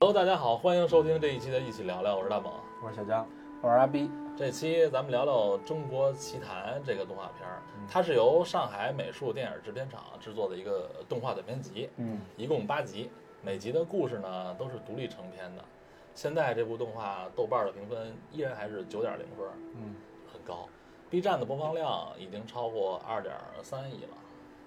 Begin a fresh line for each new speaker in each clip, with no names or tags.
Hello，大家好，欢迎收听这一期的《一起聊聊》，我是大猛。
我是小江，
我是阿 B，
这期咱们聊聊《中国奇谭》这个动画片儿，它是由上海美术电影制片厂制作的一个动画短片集，
嗯，
一共八集，每集的故事呢都是独立成篇的。现在这部动画豆瓣儿的评分依然还是九点零分，
嗯，
很高。B 站的播放量已经超过二点三亿了，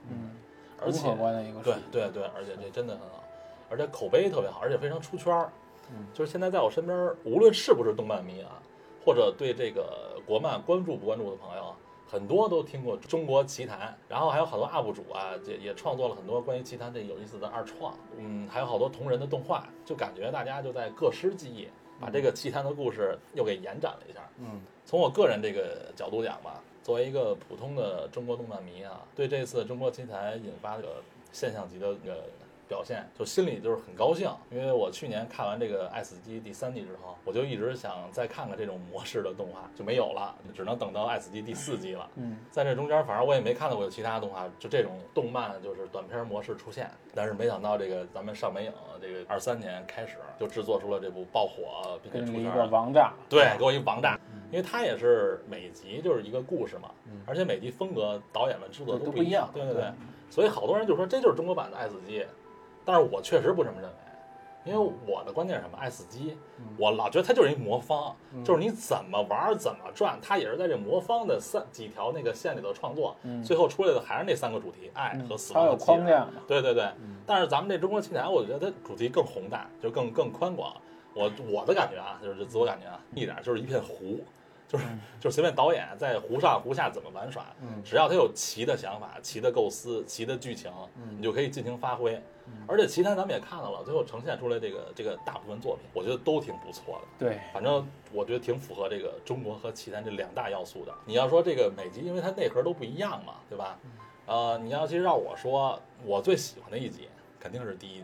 嗯，
而
无
且
可观的一个数
对
据，
对对，而且这真的很好，而且口碑特别好，而且非常出圈儿。
嗯
就是现在在我身边儿，无论是不是动漫迷啊，或者对这个国漫关注不关注的朋友啊，很多都听过《中国奇谭》，然后还有好多 UP 主啊，也也创作了很多关于奇谭这有意思的二创，嗯，还有好多同人的动画，就感觉大家就在各施技艺，把这个奇谭的故事又给延展了一下。
嗯，
从我个人这个角度讲吧，作为一个普通的中国动漫迷啊，对这次中国奇谭引发的现象级的那个表现，就心里就是很高兴，因为我去年看完这个《爱死机》第三季之后，我就一直想再看看这种模式的动画，就没有了，只能等到《爱死机》第四季了。
嗯，
在这中间，反正我也没看到过有其他动画，就这种动漫就是短片模式出现。但是没想到这个咱们上美影这个二三年开始就制作出了这部爆火并
给
且出
你一
圈
个
儿
王炸，
对，给我一王炸，
嗯
因为它也是每集就是一个故事嘛，
嗯
而且每集风格、导演们制作都
都都不一样
对对
对
对，所以好多人就说这就是中国版的《爱死机》，但是我确实不这么认为，因为我的观点是什么？《爱死机》
嗯
我老觉得它就是一魔方，
嗯
就是你怎么玩儿怎么转，它也是在这魔方的三几条那个线里头创作，
嗯，
最后出来的还是那三个主题：爱
嗯
和死
它
亡
有
和
框
期待。
架嘛，
对对对，
嗯
但是咱们这中国奇谭，我觉得它主题更宏大，就更更宽广。我我的感觉啊，就是自我感觉啊，一点就是一片湖，就是就是随便导演在湖上湖下怎么玩耍，
嗯
只要他有奇的想法、奇的构思、奇的剧情，你
嗯，
就可以尽情发挥
嗯。
而且奇谭咱们也看到了，最后呈现出来这个这个大部分作品，我觉得都挺不错的。
对，
反正我觉得挺符合这个中国和奇谭这两大要素的。你要说这个每集，因为它内核都不一样嘛，对吧？
嗯
呃，你要其实让我说，我最喜欢的一集肯定是第一集《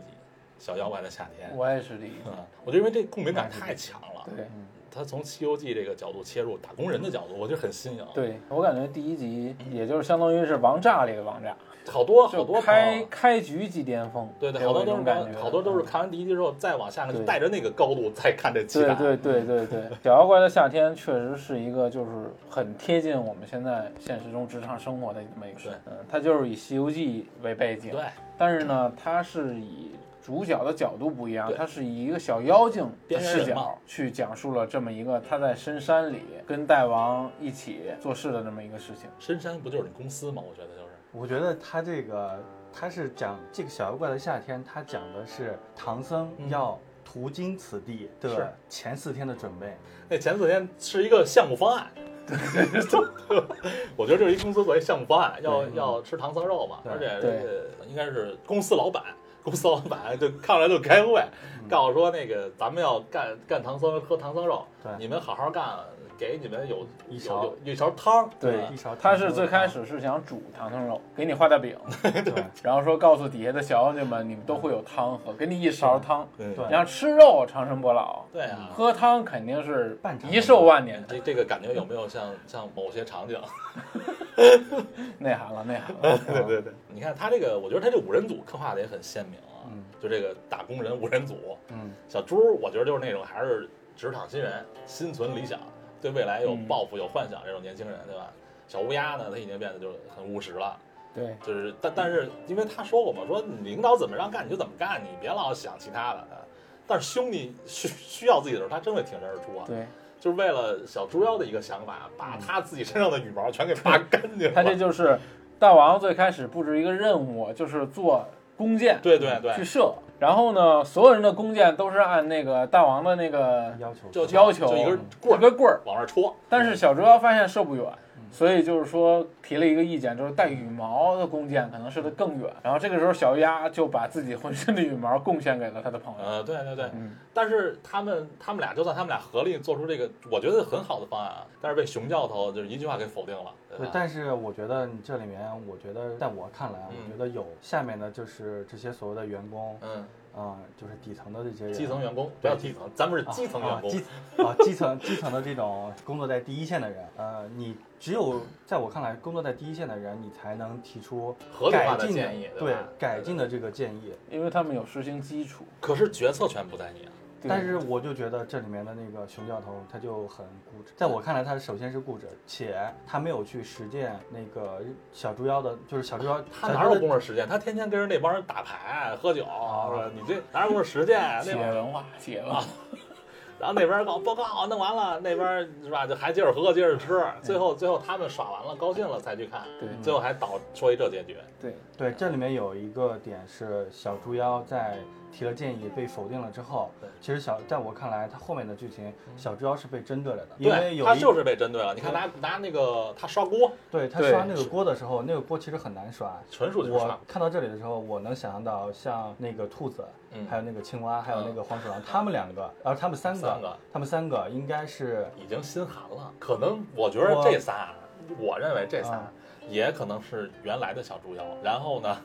小妖怪的夏天》。
我也是第一，
嗯，我就因为这共鸣感太强了。
对
他从《西游记》这个角度切入，打工人的角度，我觉得很新颖。，
对，我感觉第一集也就是相当于是王炸里的王炸，
好多好
就
多朋
开
友
开局即巅峰，
对对，
给
好
我
多
一
都
种
是
感觉，嗯
好多都是看完第一集之后再往下看，就
对
带着那个高度再看这奇
对
谭。
对对对对， 《小妖怪的夏天》确实是一个就是很贴近我们现在现实中职场生活的这么一个事
对。
嗯，它就是以《西游记》为背景，
对
但是呢，它是以主角的角度不一样
对，
它是以一个小妖精的
边缘人
视
嘛
角去讲述了这么一个他在深山里跟大王一起做事的这么一个事情。
深山不就是你公司吗？我觉得就是。
我觉得他这个他是讲这个小妖怪的夏天，他讲的是唐僧
嗯
要途经此地
是
的前四天的准备，
那前四天是一个项目方 案。我觉得这是一公司作为项目方案，要
对嗯
要吃唐僧肉嘛，
对
而且这个应该是公司老板，公司老板就看出来就开会，
嗯
告诉说那个咱们要干干唐僧，喝唐僧肉，
对
你们好好干，给你们有
一勺
有有一勺汤，
对
吧
一勺
他
唐僧
是
肉
最开始是想煮糖糖肉，给你画 大饼，
对
然后说告诉底下的小妖精们，你们都会有汤喝，给你一勺汤。
对
对
你要吃肉长生不老，
对啊。
喝汤肯定是
半长
一寿万
嗯
年，
这这个感觉有没有像像某些场景？
内涵了内涵 了。
对对对，你看他这个，我觉得他这五人组刻画的也很鲜明啊，
嗯
就这个打工人五人组，
嗯
小猪，我觉得就是那种还是职场新人，心存理想，对未来有抱负、有幻想这种年轻人，对吧？小乌鸦呢，他已经变得就很务实了，
对，
就是但但是因为他说过嘛，说你领导怎么让干你就怎么干，你别老想其他的。啊但是兄弟需需要自己的时候，他真会挺身而出啊！
对
就是为了小猪妖的一个想法，把他自己身上的羽毛全给拔干净了。
他这就是大王最开始布置一个任务，就是做弓箭，
对对对
去射。然后呢，所有人的弓箭都是按那个大王的那个
要求
就
要求，
就一根
棍
棍
一
儿
根棍儿。
往上戳，
但是小猪妖发现射不远，
嗯
所以就是说提了一个意见，就是带羽毛的弓箭可能射得更远。然后这个时候小鸭就把自己浑身的羽毛贡献给了他的朋友。
呃，对对对，
嗯
但是他们他们俩就算他们俩合力做出这个，我觉得很好的方案啊，但是被熊教头就是一句话给否定了。
对
吧，
但是我觉得你这里面，我觉得在我看来啊，
嗯
我觉得有下面的就是这些所谓的员工
嗯，
啊、就是底层的这些人，
基层员工不要基层，咱们是
啊
基层员工。
啊，基啊基层基层的这种工作在第一线的人，呃，你只有在我看来，工作在第一线的人，你才能提出
合理化
改
的
进
建议对
对
吧
改进的这个建议。
因为他们有实行基础，
可是决策权不在你啊，
对
但是我就觉得这里面的那个熊教头他就很固执，在我看来，他首先是固执，且他没有去实践那个小猪妖的，就是小猪妖
他
小
哪
猪
有
妖的啊
功夫实践？他天天跟人那帮人打牌、喝酒，是吧？你这哪有功夫实践？啊那
企业
边，
文化，企业文化
啊，然后那边告报告弄完了，那边是吧？就还接着喝，接着吃，
嗯
最后最后他们耍完了，高兴了才去看，
对
最后还导说一这结局。
对，
对，这里面有一个点是小猪妖在提了建议被否定了之后
对，嗯
其实小在我看来，他后面的剧情小猪妖是被针对了的，因为
对，
有
他
一
就是被针对了。你看拿拿那个他刷锅，
对他
对
刷那个锅的时候，那个锅其实很难刷。
纯属就是刷
我。看到这里的时候，我能想象到像那个兔子，
嗯
还有那个青蛙，还有那个黄鼠狼，他们两个，然后他们三个，
三个
他们三个应该是
已经心寒了。可能我觉得这仨，我认为这仨、
啊
也可能是原来的小猪妖，然后呢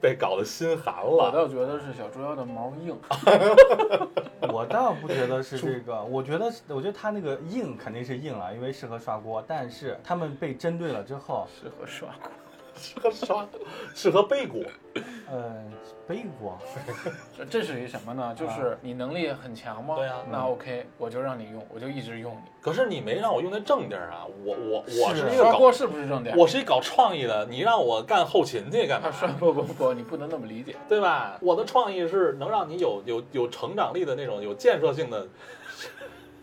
被搞得心寒
我
了。
倒觉得是小猪妖的毛 硬，
我倒不觉得是这个，我觉得是我觉得他那个硬肯定是硬啊了，因为适合刷锅，但是他们被针对了之后，
适合刷锅。
适合刷，适合背骨。
呃，背锅，
这这是一什么呢？就是你能力很强吗？
对啊
那 OK，我就让你用，我就一直用你。
可是你没让我用那正地儿啊！我我我
是
是一个
刷
搞
锅是不是正点？
我是一搞创意的，你让我干后勤去干嘛
啊，？ 刷不不不，你不能那么理解。
对吧？我的创意是能让你有有有成长力的那种有建设性的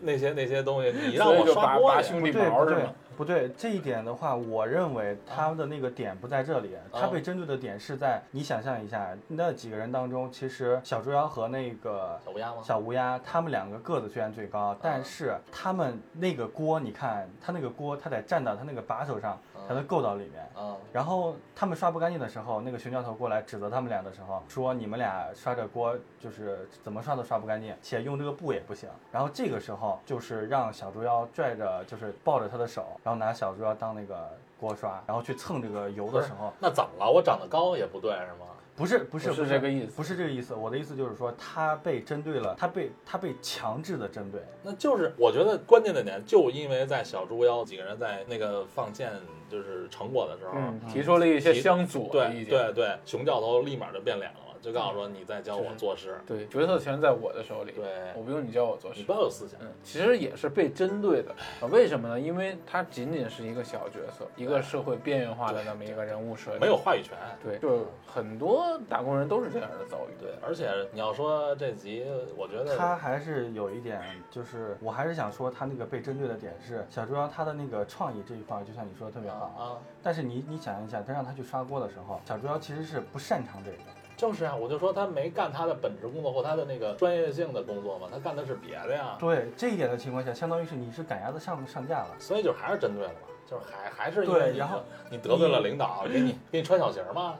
那些那些东西，你让
所以
我
就
刷
拔
锅
拔
去。
兄
不
弟
对
毛
不
是
对
吗？
不对，这一点的话，我认为他的那个点不在这里，他被针对的点是在你想象一下，那几个人当中，其实小猪妖和那个
小乌鸦吗？
小乌鸦，他们两个个子虽然最高，
嗯
但是他们那个锅，你看他那个锅，他得站到他那个把手上
嗯
才能够到里面。
啊，
然后他们刷不干净的时候，那个熊教头过来指责他们俩的时候，说你们俩刷这锅就是怎么刷都刷不干净，且用这个布也不行。然后这个时候就是让小猪妖拽着，就是抱着他的手，然后拿小猪妖当那个锅刷，然后去蹭这个油的时候，
那怎么了？我长得高也不对是吗？
不是不是
不是这个意思
不是这个意思。我的意思就是说，他被针对了，他被他被强制的针对。
那就是我觉得关键的点，就因为在小猪妖几个人在那个放箭就是成果的时候，
嗯，提出了一些相左的
对
意
对
见。
对，熊教头立马就变脸了，就告诉说你在教我做事，
对决策权在我的手里，
对
我不用你教我做
你
事
不。要有思想。
嗯，其实也是被针对的，呃为什么呢？因为他仅仅是一个小角色，一个社会边缘化的那么一个人物设定，
没有话语权，
对，就是很多打工人都是这样的遭遇。
对，而且你要说这集，我觉得
他还是有一点，就是我还是想说，他那个被针对的点是小猪妖他的那个创意这一块儿，就像你说的特别
啊
好。
啊，
但是你你想一下，他让他去刷锅的时候，小猪妖其实是不擅长这个。
就是啊，我就说他没干他的本职工作或他的那个专业性的工作嘛，他干的是别的呀，
对这一点的情况下，相当于是你是赶鸭子上上架了。
所以就还是针对了嘛，就是还还是因
对
为你
然后
你得罪了领导，给你给你穿小鞋嘛，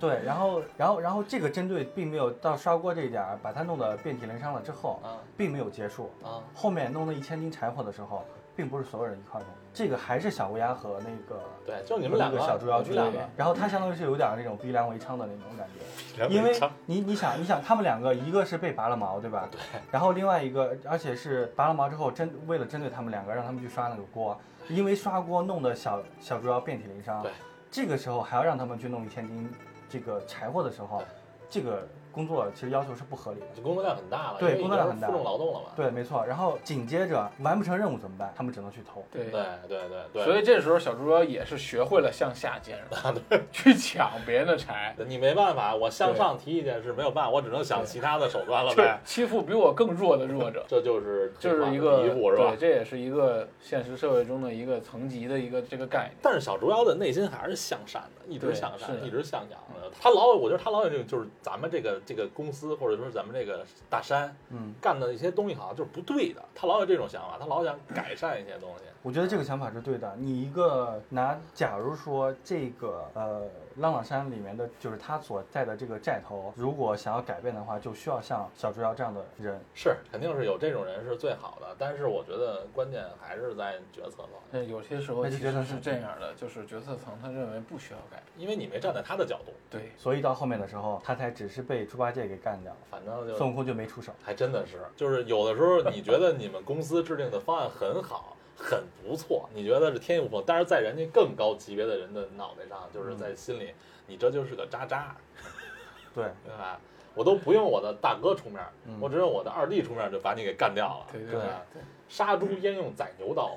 对，然后然后然后这个针对并没有到刷锅这一点儿，把他弄得遍体鳞伤了之后，
啊
并没有结束。
啊，
后面弄得一千斤柴火的时候，并不是所有人一块儿弄，这个还是小乌鸦和那个
对，就是你们两啊
和那小猪妖
你
去
们两个
的。然后他相当于是有点儿那种逼良为娼的那种感觉。因
因为
为你你想你想他们两个，一个是被拔了毛，对吧？对。然后另外一个，而且是拔了毛之后，针为了针对他们两个，让他们去刷那个锅，因为刷锅弄得小小猪妖遍体鳞伤。
对。
这个时候还要让他们去弄一千斤这个柴火的时候
对，
这个工作其实要求是不合理的。
就工作量很大了，
对
因为
工作量很大
已经是负重劳动了嘛，
对，没错。然后紧接着完不成任务怎么办？他们只能去投。
对
对对对对，
所以这时候小猪妖也是学会了向下 兼容，去抢别人的柴，
你没办法，我向上提意见是没有办法，我只能想其他的手段了
就是
呗。。
欺负比我更弱的弱者
这就是
这是一
黑
个
化的一步是吧
对，？这也是一个现实社会中的一个层级的一个这个概念。
但是小猪妖的内心还是向善的，一直
对
向善，
是
一直向阳的。他老有，我觉得他老有这种，就是咱们这个这个公司或者说是咱们这个大山
嗯，
干的一些东西好像就是不对的，他老有这种想法，他老想改善一些东西。
我觉得这个想法是对的。你一个拿，假如说这个呃浪浪山里面的，就是他所在的这个寨头，如果想要改变的话，就需要像小猪妖这样的人。
是，肯定是有这种人是最好的，但是我觉得关键还是在决策方面，
那有些时候
那就
其
觉得
实是
是
这样的，就是决策层他认为不需要改
因为你没站在他的角度，
变。对，
所以到后面的时候，他才只是被猪八戒给干掉，
反正就
孙悟空就没出手。
还真的是，就是有的时候你觉得你们公司制定的方案很好，很不错，你觉得是天衣无缝，但是在人家更高级别的嗯人的脑袋上，就是在心里，你这就是个渣渣，
对，
对吧？我都不用我的大哥出面，
嗯
我只用我的二弟出面就把你给干掉了。
对对
对
对
吧杀猪焉用宰牛 刀，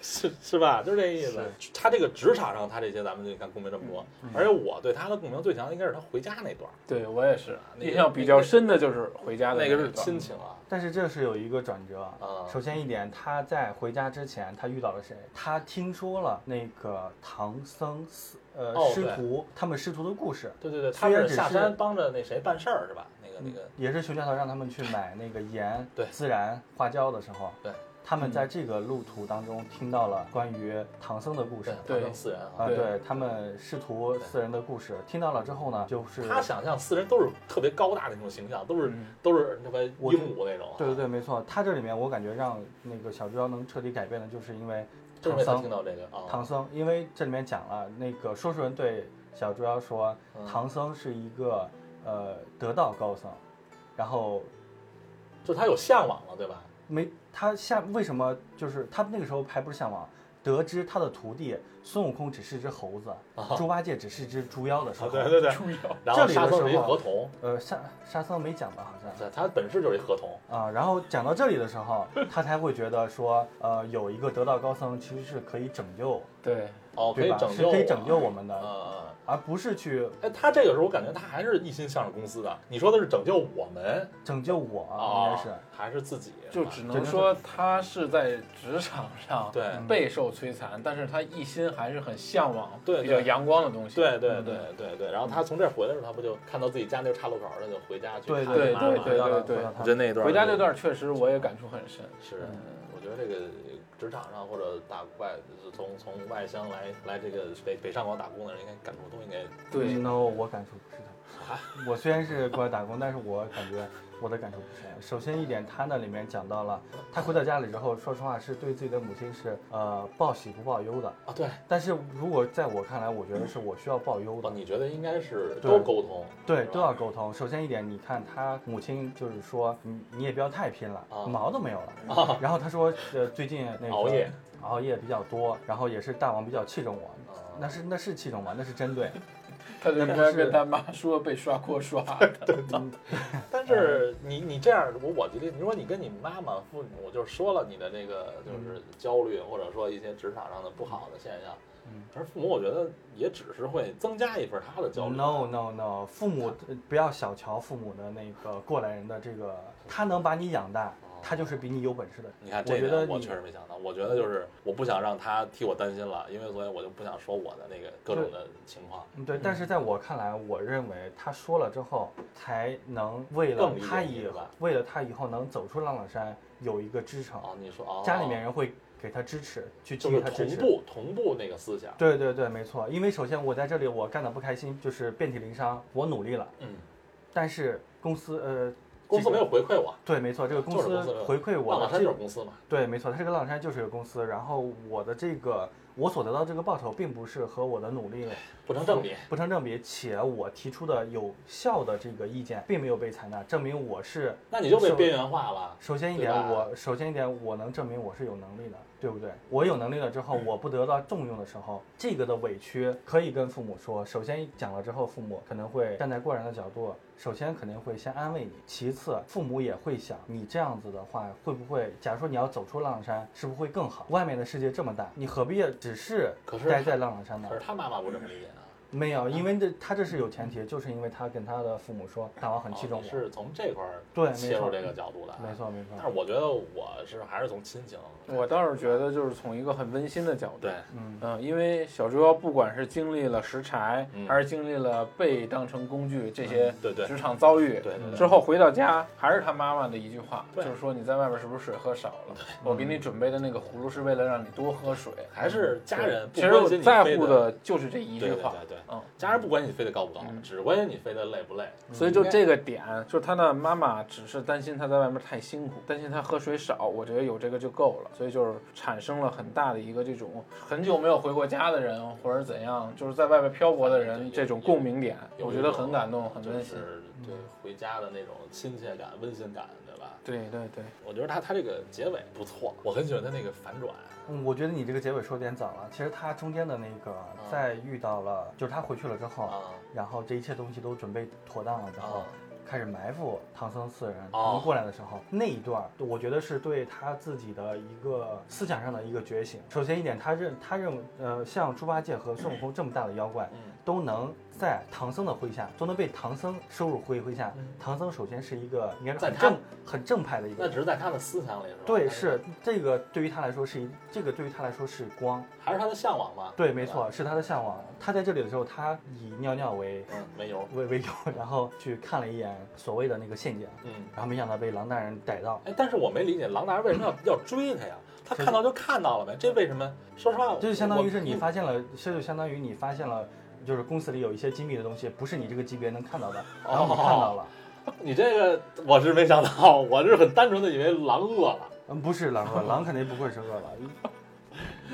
是是吧？就是嗯这意思。他这个职场上，他这些咱们就看共鸣这么多，而且我对他的共鸣最强应该是他回家那段儿，
对我也是，啊
那个
印象比较深的就是回家的
那个是
一段
亲情啊
但是这是有一个转折啊。
啊
首先一点，他在回家之前，他遇到了谁？他听说了那个唐僧师呃、
哦
师
对
徒他们师徒的故事，
对对对，他
虽然
是
只
下
是嗯
山帮着那谁办事儿是吧？那个那个
也是熊教头让他们去买那个盐、
对
孜然、花椒的时候，
对，
他们在这个路途当中听到了关于唐僧的故事。
唐
对
僧四人啊，
啊，
对
对他们师徒四人的故事，听到了之后呢，就是
他想象四人都是特别高大的那种形象，都是
嗯
都是他妈鹦
我就
鹉那种啊。
对对对，没错，他这里面我感觉让那个小猪妖能彻底改变的，就是因为
就是
唐
为了
僧
听到这个啊，
唐僧，因为这里面讲了那个说书人对小猪妖说，
嗯
唐僧是一个呃得道高僧，然后
就他有向往了，对吧？
没他下为什么就是他那个时候还不是向往，得知他的徒弟孙悟空只是只猴子，
啊
猪八戒只是只猪妖的时
啊，
候，
对对对。
重要，
然后
这里的
沙僧是一
时候
合同，
呃沙沙僧没讲吧好像。
对他本身就是一合同。
啊，然后讲到这里的时候，他才会觉得说，呃，有一个得道高僧其实是可以拯救，
对，
哦，可
对
以
吧？
拯
是
救，
可以拯救。我们的，
呃，
而不是去
哎，他这个时候我感觉他还是一心向着公司的。你说的是拯救我们
拯救我，
啊，
应该是。
还是自己？
就只能说他是在职场上
对
嗯
备受摧残，但是他一心还是很向往
对对
比较阳光的东西。
对对对对对。然后他从这儿回来的时候，他不就看到自己家那个岔路口儿，他就回家去
对
看
对
他妈妈
对对
回到了
对
回到他
我
们
觉得那一段
回家这段确实我也感触很深。
是
嗯，
我觉得这个职场上或者打外，从从外乡来来这个北北上广打工的人，应该感触都应该
对，
，no，我感触不是
啊
他。我虽然是过来打工，但是我感觉我的感触不深。首先一点，他那里面讲到了，他回到家里之后，说实话是对自己的母亲是呃报喜不报忧的。
啊，对，
但是如果在我看来，我觉得是我需要报忧的
哦，。你觉得应该是
对
多沟通，
对，
是吧
都要沟通。首先一点，你看他母亲就是说，你你也不要太拼了，
啊
毛都没有了。然后他说，呃，最近那个
熬夜，
熬夜比较多，然后也是大王比较器重我。
啊
那是那是器重我，那是针 对。
他就应
那
该
不是
跟他妈说被刷锅刷的。
但是
嗯
你你这样，我我觉得，你说你跟你妈妈、父母就是说了你的这个就是焦虑，或者说一些职场上的不好的现象，
嗯，
而父母我觉得也只是会增加一份他的焦虑。
No no no，父母呃不要小瞧父母的那个过来人的这个，他能把你养大，
哦
他就是比你有本事的人。
你看
我
这
觉得
点，
你
我确实没想到。我觉得就是我不想让他替我担心了，因为所以我就不想说我的那个各种的情况。
嗯，对，但是在我看来，我认为他说了之后，才能为了
更理解
他
你
以
是吧
为了他以后能走出浪浪山，有一个支撑，
哦，你说哦，
家里面人会给他支持，去
就
给予
是
他支
同
持。
步同步那个思想，
对对对，没错。因为首先我在这里我干的不开心，就是遍体鳞伤，我努力了，
嗯，
但是公司呃，
公司
这
没
个
有回馈我，
对，没错，这个公
就是公司
司回馈我
浪
了
浪，
这
山就是公司嘛，
对，没错，它这个浪山就是个公司，然后我的这个我所得到这个报酬，并不是和我的努力
不成正比。
不成正比，且我提出的有效的这个意见并没有被采纳，证明我是
那你就被边缘化了。
首先一点
对吧
我首先一点我能证明我是有能力的，对不对？我有能力了之后，我不得到重用的时候，这个的委屈可以跟父母说。首先一讲了之后，父母可能会站在过人的角度，首先肯定会先安慰你，其次父母也会想，你这样子的话会不会？假如说你要走出浪浪山，是不是会更好？外面的世界这么大，你何必只是
可是
待在浪浪山呢
可？是他妈妈不这么理解啊，
没有，因为这他这是有前提，就是因为他跟他的父母说，大王很器重
哦你
我。
是从这块儿
对没错
切入这个角度的啊。
没错没错
但，是我觉得我是还是从亲情，
我倒是觉得就是从一个很温馨的角度。
对，
嗯，
嗯，因为小猪妖不管是经历了拾柴，
嗯
还是经历了被当成工具这些
对对
职场遭遇，
对对对
之后回到家，还是他妈妈的一句话，就
对
是说你在外面是不是水喝少了？我给你准备的那个葫芦是为了让你多喝水。
还是家人不
其实我
关心你
在
飞
乎
得
的就是这一
对
句
对
话，
对对，
嗯。
家人不关心你飞得高不高，
嗯
只关心你飞得累不累。
所以就这个点，就是他的妈妈只是担心他在外面太辛苦，担心他喝水少，我觉得有这个就够了，所以就是产生了很大的一个这种很久没有回过家的人，或者怎样，就是在外面漂泊的人这种共鸣点，
有
我
一
觉得很感动，很
就
嗯
温馨。
是对回家的那种亲切感、温馨感，对吧。
对对对，
我觉得他他这个结尾不错，我很喜欢他那个反转。
嗯，我觉得你这个结尾说得有点早了。其实他中间的那个，
嗯
在遇到了，就是他回去了之后，
啊
然后这一切东西都准备妥当了之后，
啊
开始埋伏唐僧四人
哦
他们过来的时候，那一段儿我觉得是对他自己的一个思想上的一个觉醒。首先一点，他认他认为呃，像猪八戒和孙悟空这么大的妖怪，
嗯
都能在唐僧的麾下，都能被唐僧收入麾麾下
嗯。
唐僧首先是一个应该是
在
很
他
正很正派的一个
那
人，
只是在他的思想里是吧？
对，
还
是这个对于他来说是一这个对于他来说是光，
还是他的向往吧？
对，没
吧，
错，是他的向往。他在这里的时候，他以尿尿为
嗯，没油，
为为由，然后去看了一眼所谓的那个陷阱，
嗯，
然后没想到被狼大人逮到。
哎，但是我没理解狼大人为什么 要要追他呀？他看到就看到了呗，这为什么？说实话，
这就相当于是
我
你发现了，这就相当于你发现了，就是公司里有一些机密的东西，不是你这个级别能看到的，然后你看到
哦
了，
你这个我是没想到， 我是很单纯的以为狼饿了，
嗯，不是狼饿，狼肯定不会是饿了。
嗯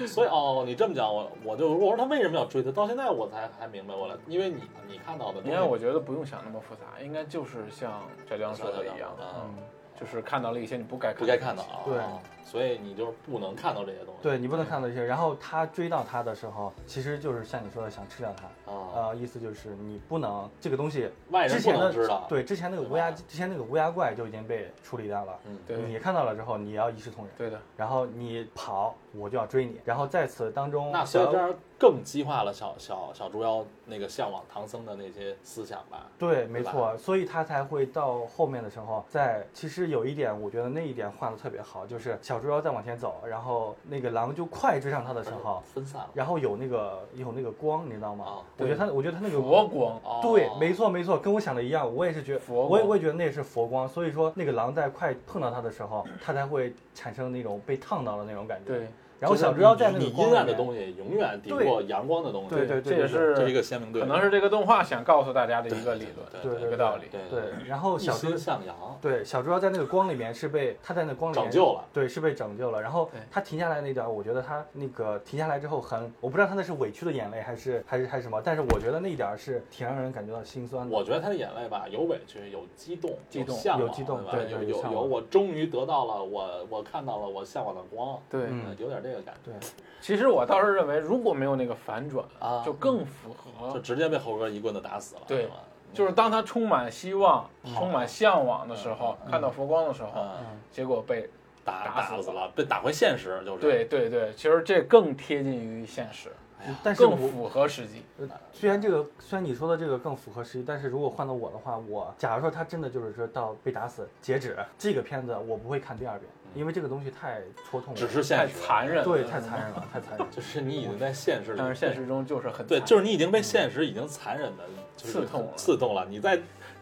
所以哦，你这么讲，我我就我说他为什么要追他？到现在我才还明白过来，因为你你看到的东西，
你看，我觉得不用想那么复杂，应该就是像翟江说的一样，
啊
嗯，
就是看到了一些你不该
不该看到，啊，
对
哦所以你就是不能看到这些东西，
对你不能看到这些。然后他追到他的时候，其实就是像你说的想吃掉他，
啊，
呃，意思就是你不能这个东西
外人
之
不
前
能
的
知道，，
对，之前那个
对
乌鸦，
吧
之前那个乌鸦怪就已经被处理掉了。
嗯，
对
你看到了之后，你要一视同仁，
对的，
然后你跑，我就要追你。然后在此当中，
那所以这样更激化了小小小猪妖那个向往唐僧的那些思想吧，
对，没
吧
错，所以他才会到后面的时候，在其实有一点，我觉得那一点画的特别好，就是小猪妖在往前走，然后那个狼就快追上他的时候，
分散了
然后有那个有那个光，你知道
嗯哦
吗？我觉得他，我觉得他那个
佛光，
哦
对，没错没错，跟我想的一样，我也是觉
佛
我也
光
我也觉得那是佛光，所以说那个狼在快碰到它的时候，它才会产生那种被烫到的那种感觉。
对，
然
就
后
是
小猪妖
你
在那个
你
光
阴暗的
里面
东西永远抵不过阳光的东西，
对对
这也
这是一
是
个鲜明对
可
比，
能是这个动画想告诉大家的一个理论，
对
对
一个道理。
对
对，然后
一
小猪
心向阳，
对小猪妖在那个光里面是被它在那光里面
拯救了。
对，是被拯救了。然后
对
他停下来那段，我觉得他那个停下来之后很，我不知道他那是委屈的眼泪还是还是还是什么，但是我觉得那一点儿是挺让人感觉到心酸的。
我觉得他的眼泪吧，有委屈，有激动，
激动
有向往，
有激动
吧
对
有
有
有
向
有，
往
我终于得到了我我看到了我向往的光，
对，
嗯
有点这个感
对，
其实我倒是认为，如果没有那个反转，
觉啊，
就更符
就
合，
直接被猴哥一棍子打死了，
对
是吧？嗯
就是当他充满希望、充满向往的时候
嗯，
看到佛光的时候，
嗯，
嗯，
结果被
打
打死
死了，被打回现实，就是
对对对，其实这更贴近于现实，
哎
但是
更
我
符合实际。
呃，虽然这个虽然你说的这个更符合实际，但是如果换到我的话，我假如说他真的就是说到被打死截止，这个片子我不会看第二遍，因为这个东西太戳
嗯
痛
只
了，
是现
太
实，
残忍了嗯
对，太残忍了，太残忍了。
就是你已经在现实里，
但是现实中就是很
对，
残
就是你已经被现实已经残忍的就是
刺痛了
刺痛了。你在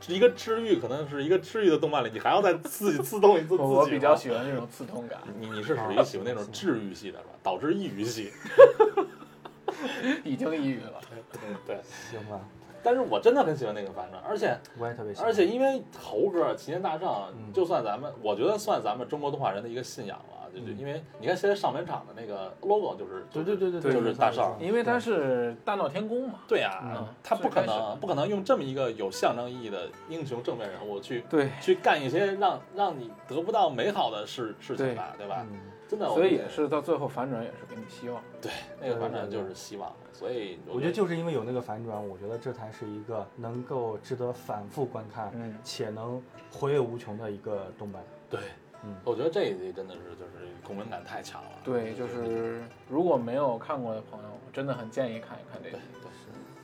一个治愈，可能是一个治愈的动漫里，你还要再刺激刺痛 一次自己。
我我比较喜欢这种刺痛感，
你你是属于喜欢那种治愈系的是吧？导致抑郁 系。
已经抑郁了。
嗯
对，
行吧，
但是我真的很喜欢那个反转，而且
我也特别喜欢。
而且因为猴哥齐天大圣，
嗯
就算咱们我觉得算咱们中国动画人的一个信仰了，就就
嗯
因为你看现在上半场的那个 logo 就是
对对对对
就是
没错
大少
没错
因为它是大闹天宫嘛，
对呀、
嗯
他不可
最开
能
始
不可能用这么一个有象征意义的英雄正面人物去
对，
去干一些让让你得不到美好的事事情吧，对吧？
嗯
真的，
所以
我
也
觉得
是到最后反转也是给你希望。
那个反正就是希望，所以
我觉得就是因为有那个反转，我觉得这才是一个能够值得反复观看，
嗯，
且能回味无穷的一个动漫。
对，
嗯
我觉得这一集真的是就是共鸣感太强了，
对，就是如果没有看过的朋友，真的很建议看一看这
对
个
对。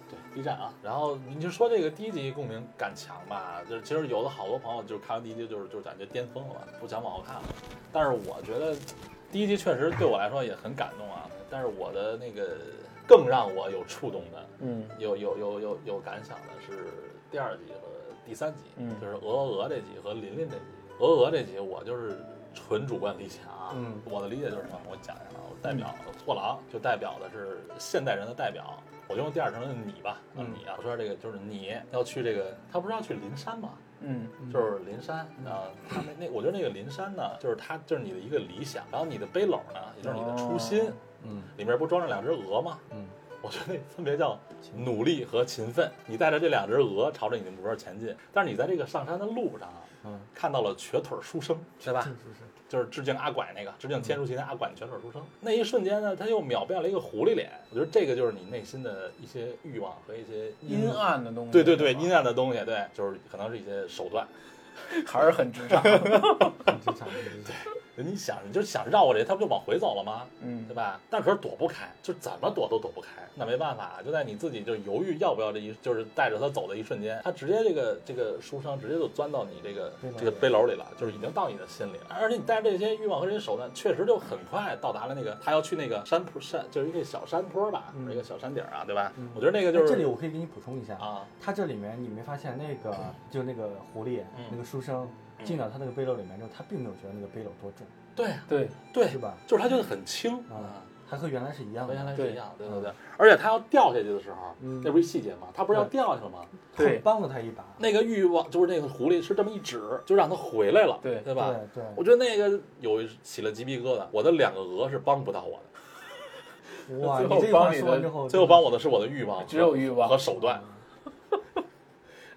对 B 站啊，然后你就说这个第一集共鸣感强吧，就是其实有的好多朋友就是看完第一集就是就是感觉巅峰了吧，不想往后看了。但是我觉得第一集确实对我来说也很感动啊，但是我的那个更让我有触动的、
嗯，
有有有有有感想的是第二集和第三集，
嗯
就是鹅鹅鹅这集和琳琳这集。鹅鹅这集我就是纯主观理解啊，
嗯
我的理解就是什么？我讲一下啊，我代表货郎就代表的是现代人的代表，我就用第二成人的你吧，
嗯
你啊，我说这个就是你要去这个，他不是要去灵山吗？
嗯，
嗯
就是林山啊，他那那我觉得那个林山呢，就是他就是你的一个理想，然后你的背篓呢，也就是你的初心
哦，
嗯
里面不装着两只鹅吗？
嗯，
我觉得那分别叫努力和勤奋。你带着这两只鹅朝着你的目标前进，但是你在这个上山的路上啊，
嗯，
看到了瘸腿儿书生，对吧？
是是是，
就是致敬阿拐那个，致敬千书琴的阿拐全手书生。那一瞬间呢，他又秒变了一个狐狸脸。我觉得这个就是你内心的一些欲望和一些
阴。暗的东西，
对对对，
吧
阴暗的东西，对，就是可能是一些手段。
还是很 职场，
很正常，对对
你想，你就想绕过这，他不就往回走了吗？
嗯
对，吧？但可是躲不开，就怎么躲都躲不开。那没办法，就在你自己就犹豫要不要这一，就是带着他走的一瞬间，他直接这个这个书生直接就钻到你这个
背篓里
这个背篓里了，就是已经到你的心里了。而且你带着这些欲望和这些手段，确实就很快到达了那个他要去那个山坡山，就是一个小山坡吧，
嗯
一个小山顶啊，对吧？
嗯
我觉得那个
哎
就
这里
是
我可以给你补充一下，
啊，
他这里面你没发现那个就那个狐狸
嗯
那个书生
嗯
进到他那个背篓里面之后，他并没有觉得那个背篓多重，
对啊
对，
对
是，吧？
就是他觉得很轻
啊，还和原来是一样
和
的。
原来是
对
一样的，对对对。而且他要掉下去的时候，
嗯
那不是细节吗？他不是要掉下去了吗？
对
他帮了他一把，
那个欲望就是那个狐狸是这么一指，就让它回来了，
对
对吧？
对对
我觉得那个有起了鸡皮疙瘩，我的两个鹅是帮不到我的，
哇，
最
你
后
这个话
帮你
说完
的
之后，
最后帮我的是我的欲望，
只有欲望
和手段。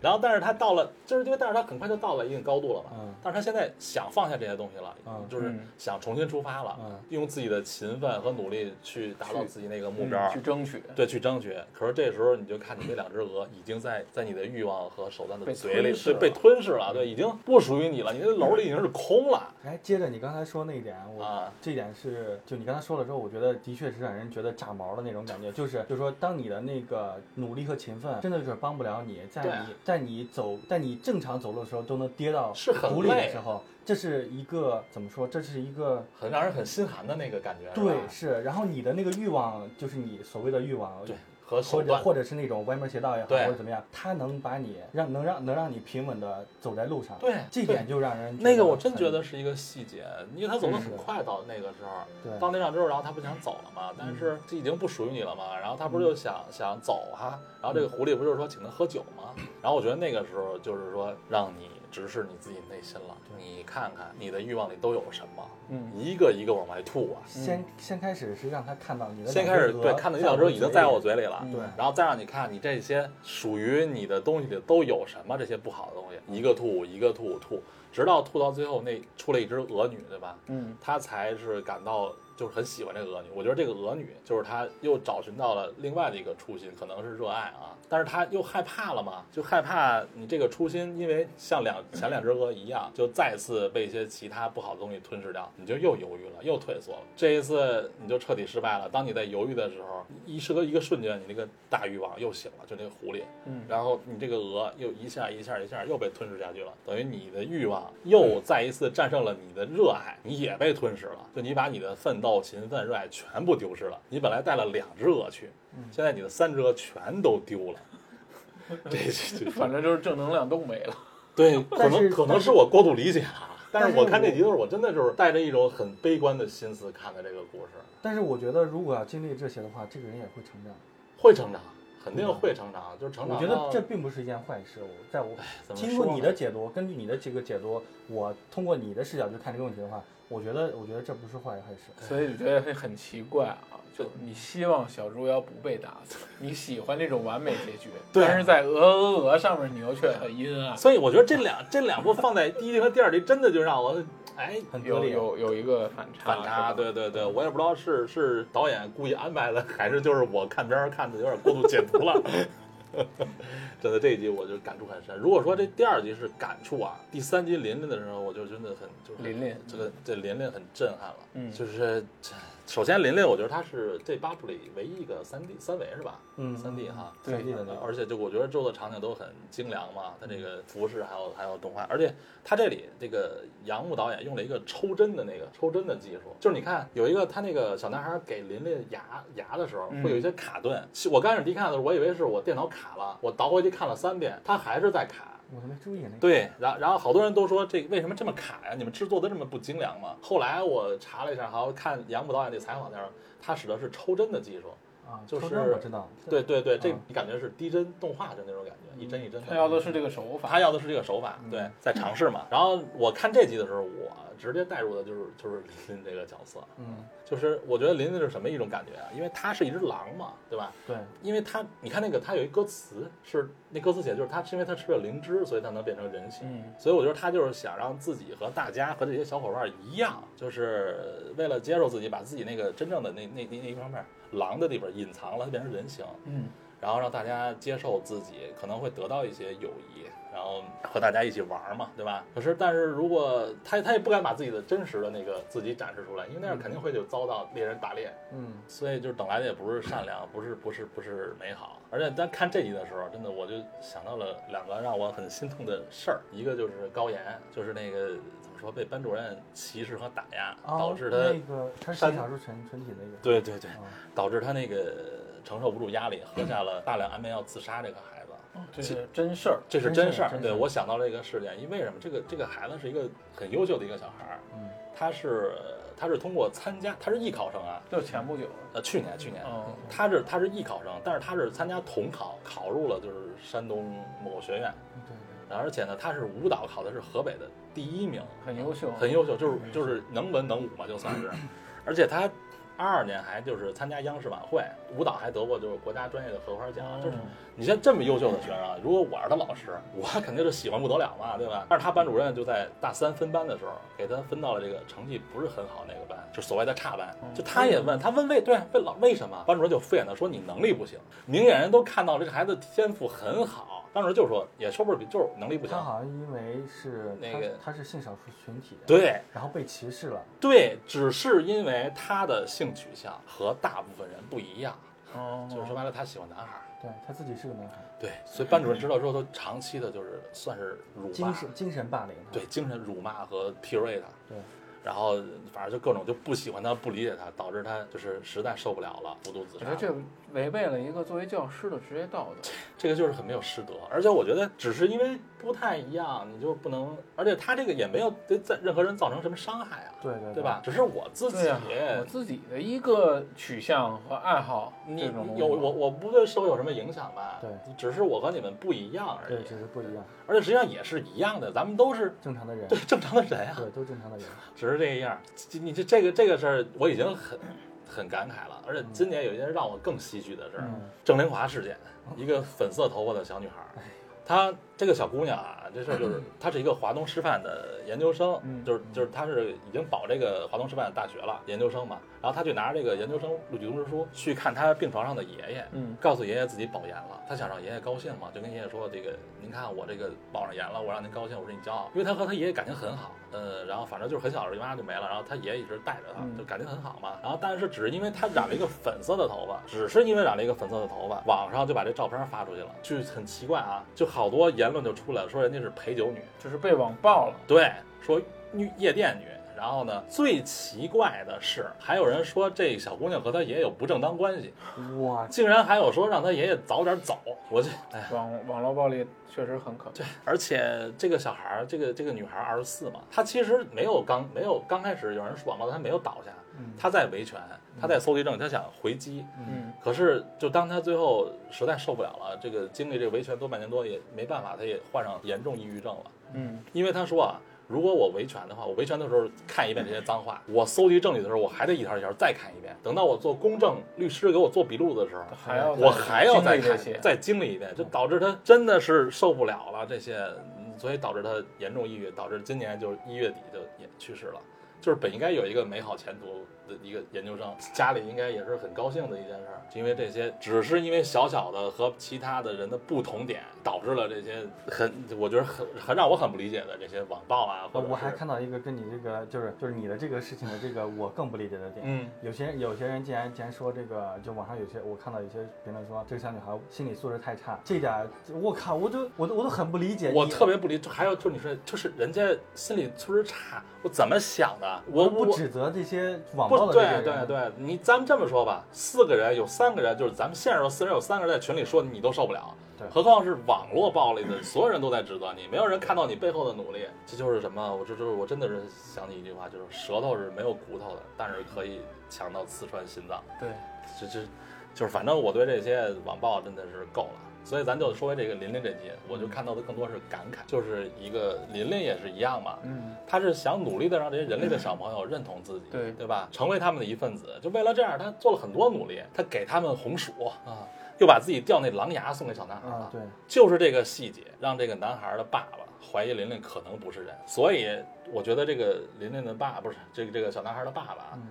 然后，但是他到了，就是因为，但是他很快就到了一定高度了嘛。
嗯
但是他现在想放下这些东西了，
嗯
就是想重新出发了，
嗯
用自己的勤奋和努力去达到
去嗯
自己那个目标，
去争取，
对，去争取。可是这时候你就看你那两只鹅已经在在你的欲望和手段的
被
嘴里
吞噬
是
了
被吞噬了，对，已经不属于你了，你的篓里已经是空了
哎，接着你刚才说那一点，我、
啊
这一点是，就你刚才说了之后，我觉得的确是让人觉得炸毛的那种感觉，就是，就是说，当你的那个努力和勤奋，真的就是帮不了你，在
对
你、
啊
在你走，在你正常走路的时候都能跌到
是很
湖里的
累
时候，这是一个怎么说？这是一个
很让人很心寒的那个感觉。是吧
对，是，然后你的那个欲望，就是你所谓的欲望，
对，和手
或者
段
或者是那种歪门邪道也好，
对
或者怎么样，它能把你让能让能让你平稳的走在路上，
对
这
对
点就让人
那个我真
很
觉得是一个细节，因为他走得很
嗯
快到那个时候，
对，
到那站之后，然后他不想走了嘛，但是这已经不属于你了嘛，然后他不是就想想走哈、然后这个狐狸不就是说请他喝酒嘛，然后我觉得那个时候就是说让你直视你自己内心了，
对
你看看你的欲望里都有什么，
嗯，
一个一个往外吐啊，
先先开始是让他看到你的两只
先
鹅，
开始对看到你两只鹅已经在我
嘴
嘴里了。
嗯
里，对，
然后再让你看你这些属于你的东西里都有什么，这些不好的东西，一个吐一个吐吐，直到吐到最后那出了一只鹅女，对吧？
嗯，
她才是感到就是很喜欢这个鹅女。我觉得这个鹅女就是她又找寻到了另外的一个初心，可能是热爱啊，但是她又害怕了嘛，就害怕你这个初心，因为像两前两只鹅一样，就再次被一些其他不好的东西吞噬掉，你就又犹豫了，又退缩了。这一次你就彻底失败了。当你在犹豫的时候，一是个一个瞬间，你那个大欲望又醒了，就那个狐狸，
嗯
然后你这个鹅又一下一下一下又被吞噬下去了，等于你的欲望又再一次战胜了你的热爱，你也被吞噬了。就你把你的奋斗、勤奋、热爱全部丢失了。你本来带了两只鹅去，现在你的三只鹅全都丢了。 这这这，
反正就是正能量都没了，
对，可
但是
能可能是我过度理解啊。但
但
是
是
我看
我
这集的时候，我真的就是带着一种很悲观的心思看的这个故事，
但是我觉得如果要经历这些的话，这个人也会成长。
会成长，肯定会成长，就是成
我
长到。
觉得这并不是一件坏事。我在我
怎么
经
说
过你的
呢
解读，根据你的这个解读，我通过你的视角去看这个问题的话，我觉得我觉得这不是坏坏事。
所以就觉得会很奇怪啊。就你希望小猪妖不被打 死，你喜欢这种完美结局，
对
但是在鹅鹅鹅上面你又却很阴暗，
所以我觉得这两这两部放在第一集和第二集，真的就让我哎
很得
有
力，啊
有有一个反差，
反差。
啊是吧，
对对对，我也不知道是是导演故意安排的，还是就是我看片儿看的有点过度解读了。 真的这一集我就感触很深。如果说这第二集是感触啊，第三集琳琳的时候，我就真的很就是
琳琳
这个这琳琳很震撼了。
嗯
就是这首先琳琳，我觉得她是这八部里唯一一个三 D 三维是吧？
嗯，
三 D 哈，
对
三 D 的那个，
而且就我觉得做的场景都很精良嘛，它这个服饰还有还有动画，而且它这里这个杨木导演用了一个抽针的那个抽针的技术，就是你看有一个他那个小男孩给琳琳牙牙的时候
嗯
会有一些卡顿，是我刚开始第一看的时候我以为是我电脑卡了，我倒回去看了三遍，它还是在卡。
我都没注意那个。
对，然然后好多人都说这为什么这么卡呀？你们制作的这么不精良吗？后来我查了一下，还有看杨木导演那采访那儿，他使的是抽针的技术，
啊，
就
抽
是
针我知道，
对对对，这
嗯
感觉是逼真动画的那种感觉，一帧一帧的。
他要的是这个手法，
他要的是这个手法，
嗯
对，在尝试嘛。然后我看这集的时候，我直接带入的就是就是林林这个角色，
嗯，
就是我觉得林林是什么一种感觉啊？因为他是一只狼嘛，对吧？
对，
因为他你看那个他有一歌词是那歌词写的就是他是因为他吃了灵芝，所以他能变成人形。
嗯，
所以我觉得他就是想让自己和大家和这些小伙伴一样，就是为了接受自己，把自己那个真正的那那那那一方面狼的地方隐藏了，变成人形，
嗯，
然后让大家接受自己，可能会得到一些友谊，然后和大家一起玩嘛，对吧？可是，但是如果他他也不敢把自己的真实的那个自己展示出来，因为那样肯定会就遭到猎人打猎，
嗯，
所以就是等来的也不是善良，不是不是不是美好。而且咱看这集的时候，真的我就想到了两个让我很心痛的事儿，一个就是高岩，就是那个怎么说被班主任歧视和打压，
哦
导致他、
那个他是
删
少数群群体那个，
对对对，
啊
导致他那个承受不住压力，喝下了大量安眠药自杀这个孩子。
这是真事儿，
这是
真
真
事
事
儿
儿，
真
对
事儿
我想到这个事件，因为什么？这个这个孩子是一个很优秀的一个小孩儿，
嗯，
他是他是通过参加，他是艺考生啊，
就前不久，
呃，去年去年，
哦，
他是他是艺考生，但是他是参加统考，考入了就是山东某学院，
对对，
而且呢，他是舞蹈考的是河北的第一名，
很优秀，
很优秀，就是就是能文能武嘛，就算是，而且他二二年还就是参加央视晚会，舞蹈还得过就是国家专业的荷花奖，
啊
就是你像这么优秀的学生啊，如果我是他老师，我肯定是喜欢不得了嘛，对吧？但是他班主任就在大三分班的时候，给他分到了这个成绩不是很好那个班，就所谓的差
哦
班。就他也问，他问为对啊问老为什么？班主任就敷衍他说你能力不行，明眼人都看到这个孩子天赋很好，班主任就说也说不准就是能力不行
他。好像因为是
那
他
个
他是性少数群体，，
对
然后被歧视了，
对，只是因为他的性取向和大部分人不一样，
哦，
就是说白了他喜欢男孩儿。
对他自己是个男孩，
对，所以班主任知道之后，都长期的就是算是辱骂。
嗯精神精神霸凌他，
对精神辱骂和 PUA 他，
对，
然后反正就各种就不喜欢他，不理解他，导致他就是实在受不了了，服毒自
我
杀。
觉得这违背了一个作为教师的职业道德，
这个就是很没有师德，而且我觉得只是因为不太一样，你就不能，而且他这个也没有对在任何人造成什么伤害啊，
对对
对？吧？只是我自己，
对呀，我自己的一个取向和爱好，
你
这种
你
东西
有我我不对社会有什么影响吧？
对，
只是我和你们不一样而
对，
已，
只是不一样，
而且实际上也是一样的，咱们都是
正常的人，
对正常的人啊，
对，都 正常的人，
只是这个样儿。这你这这个这个事儿，我已经很很感慨了。而且今年有一件让我更唏嘘的事儿，
嗯，
郑林华事件，一个粉色头发的小女孩儿。
哎
她这个小姑娘啊，这事儿 就是她是一个华东师范的研究生，
嗯
就是就是她是已经保这个华东师范大学了，研究生嘛。然后她就拿着这个研究生录取通知书去看她病床上的爷爷，
嗯
告诉爷爷自己保研了，他想让爷爷高兴嘛，就跟爷爷说这个，您看我这个保上研了，我让您高兴，我说你骄傲，因为他和他爷爷感情很好，呃，然后反正就是很小的时候妈就没了，然后他爷爷一直带着他，
嗯
就感情很好嘛，然后但是只是因为他染了一个粉色的头发，只是因为染了一个粉色的头发，网上就把这照片发出去了，就很奇怪啊，就好多言论就出来了，说人家是陪酒女，
就是被网暴了，
对，说女夜店女。然后呢，最奇怪的是，还有人说这小姑娘和她爷爷有不正当关系，
哇，
竟然还有说让他爷爷早点走，我这哎，
网网络暴力确实很可怕，
而且这个小孩儿，这个这个女孩二十四嘛，她其实没有刚没有刚开始有人网暴她，她没有倒下，
嗯，
她在维权，她在搜集证据，她想回击，
嗯，
嗯，
可是就当她最后实在受不了了，这个经历这个维权多半年多也没办法，她也患上严重抑郁症了，
嗯，
因为她说啊。如果我维权的话，我维权的时候看一遍这些脏话，我搜集证据的时候，我还得一条一条再看一遍。等到我做公证，律师给我做笔录的时候，
还要
嗯我还要再
再经历这
看
些，
再经历一遍，就导致他真的是受不了了这些，嗯所以导致他严重抑郁，导致今年就是一月底就也去世了。就是本应该有一个美好前途的一个研究生，家里应该也是很高兴的一件事儿，就因为这些，只是因为小小的和其他的人的不同点，导致了这些很，我觉得很很让我很不理解的这些网暴啊，或者
呃我还
是
看到一个跟你这个就是就是你的这个事情的这个我更不理解的点。
嗯，
有些有些人竟然竟然说这个，就网上有些我看到有些评论说这个小女孩心理素质太差，这点儿我靠，我就我都我都很不理解。
我
你
特别不理，就还有就是你说，就是人家心理素质差，我怎么想的？我
我不
我
指责这些网暴
不，
的这
对
些
对
人，
对，你咱们这么说吧，四个人有三个人，就是咱们现实中四人有三个人在群里说你都受不了
对，
何况是网络暴力的，所有人都在指责你，没有人看到你背后的努力，这就是什么？我这就是我真的是想起一句话，就是舌头是没有骨头的，但是可以强到刺穿心脏，
对，
这这。就是反正我对这些网暴真的是够了。所以咱就说回这个琳琳这集，我就看到的更多是感慨，就是一个琳琳也是一样嘛，
嗯，
她是想努力的让这些人类的小朋友认同自己，
对
对吧？成为他们的一份子。就为了这样，她做了很多努力，她给他们红薯啊，又把自己掉那狼牙送给小男孩了。
啊，对，
就是这个细节让这个男孩的爸爸怀疑琳琳可能不是人，所以我觉得这个琳琳的爸不是这个这个小男孩的爸爸啊，
嗯，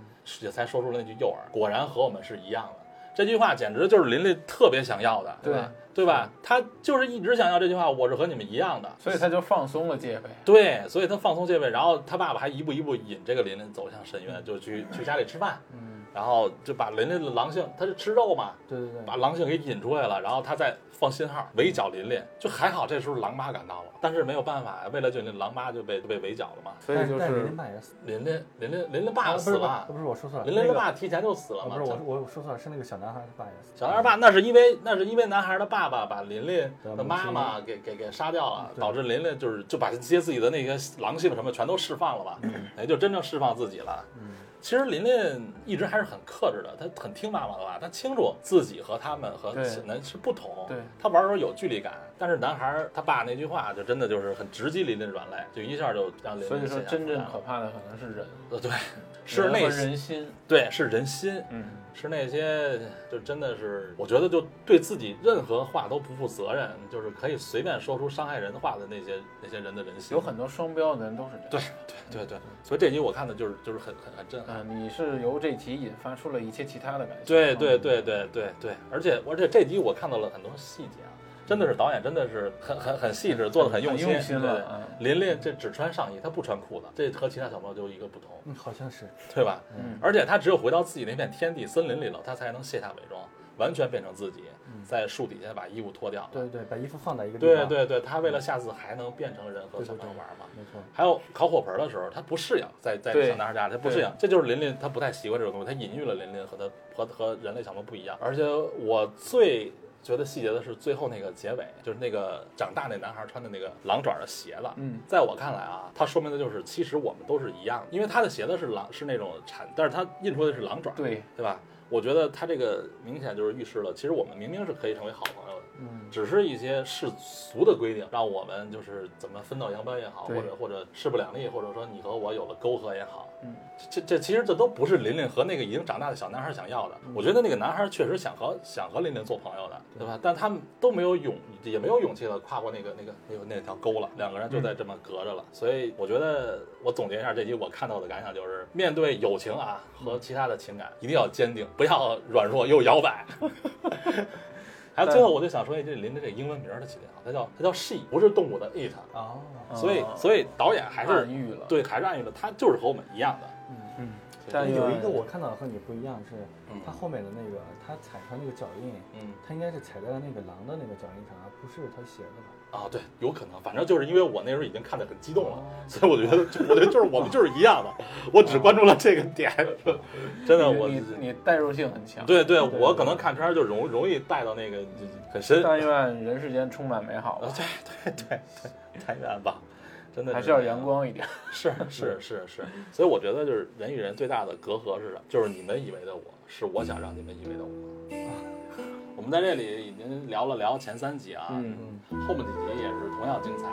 也才说出了那句诱饵，果然和我们是一样的。这句话简直就是琳琳特别想要的，对吧？对吧？她就是一直想要这句话，我是和你们一样的。
所以他就放松了戒备。
对，所以她放松戒备，然后她爸爸还一步一步引这个琳琳走向深渊，就是去去家里吃饭，
嗯，
然后就把琳琳的狼性，她是吃肉嘛，
对对对，
把狼性给引出来了，然后他再放信号围剿琳琳，就还好这时候狼妈赶到了，但是没有办法呀，为了救琳，狼妈就被被围剿了嘛。
所以就
但但
是
林爸也死
琳琳琳琳琳琳
啊
爸
不
死
是吧
了
不，是我说错了，
琳
那
琳
个
的爸提前就死了
啊
嘛。
不是我我我说错了，是那个小男孩他爸也死，
小男孩爸那是因为那是因为男孩的爸爸把琳琳的
的母
妈
亲
妈给给给杀掉了，
对
导致琳琳就是就把这些自己的那个狼性什么全都释放了吧，
嗯
也就真正释放自己了。
嗯，
其实琳琳一直还是很克制的，她很听妈妈的话，她清楚自己和他们和
对
男是不同。
对
她玩的时候有距离感，但是男孩儿他爸那句话就真的就是很直击琳琳软肋，就一下就让琳琳
所以说
陷下
真
风
正
来了
可怕的可能是人，
呃对，是
人和
那些
人心。
对是人心，
嗯，
是那些就真的是我觉得就对自己任何话都不负责任，就是可以随便说出伤害人的话的那些那些人的人心。
有很多双标的人都是这样。
对对对对，所以这集我看的就是就是很很很震撼。
啊，你是由这题引发出了一些其他的感觉。啊
对对对对对对，而且而且这集我看到了很多细节啊，真的是导演真的是很很很细致，做的很用心。
很用心了嗯
对琳琳这只穿上衣，她不穿裤子，这和其他小朋友就一个不同，
嗯，好像是，
对吧？
嗯，
而且她只有回到自己那片天地森林里了，她才能卸下伪装，完全变成自己，
嗯
在树底下把衣服脱掉。
对对对，把衣服放在一个地
对啊
方，
对对，她
嗯
为了下次还能变成人和小朋友玩嘛。
没错，
还有烤火盆的时候，她不适应，在在
对
小男孩家，她不适应，这就是琳琳，她不太习惯这种东西，她隐喻了琳琳和她和和人类小朋友不一样。而且我最觉得细节的是最后那个结尾，就是那个长大那男孩穿的那个狼爪的鞋子。
嗯，
在我看来啊，它说明的就是，其实我们都是一样的，因为他的鞋子是狼，是那种蝉，但是他印出来的是狼爪，
对，
对吧？我觉得他这个明显就是预示了，其实我们明明是可以成为好朋友的，
嗯，
只是一些世俗的规定，让我们就是怎么分道扬镳也好，或
对
者或者势不两立，或者说你和我有了沟壑也好，
嗯，
这这其实这都不是琳琳和那个已经长大的小男孩想要的。我觉得那个男孩确实想和想和琳琳做朋友的，对吧？但他们都没有勇，也没有勇气了跨过那个那个那个那条沟了，两个人就在这么隔着了。所以我觉得我总结一下这集我看到的感想就是，面对友情啊和其他的情感，一定要坚定，不要软弱又摇摆。还有最后，我就想说一句，林的这个英文名儿的起点啊，它叫它叫 she，不是动物的 it，
哦，
所
啊
以所以导演还
暗
是
喻了。，
对还是暗喻了，它就是和我们一样的。
嗯，
嗯，
但
但
有一个我看到的和你不一样是，
嗯
他后面的那个他踩上那个脚印，
嗯
他应该是踩在了那个狼的那个脚印上，而不是他鞋子吧？
啊，对，有可能，反正就是因为我那时候已经看得很激动了，
哦
所以我觉得就我觉得就是我们就是一样的，我只关注了这个点， 真的我
你你代入性很强。，
对对，
对
我可能看片儿就容容易带到那个就就很 深，
但愿人世间充满 美好吧，
太远吧，真的
还是要
这样
阳光一点。
是是是是，所以我觉得就是人与人最大的隔阂是什么？就是你们以为的我是我想让你们以为的我。 我们在这里已经聊了聊前三集啊，
嗯，
嗯，
后面几集也是同样精彩，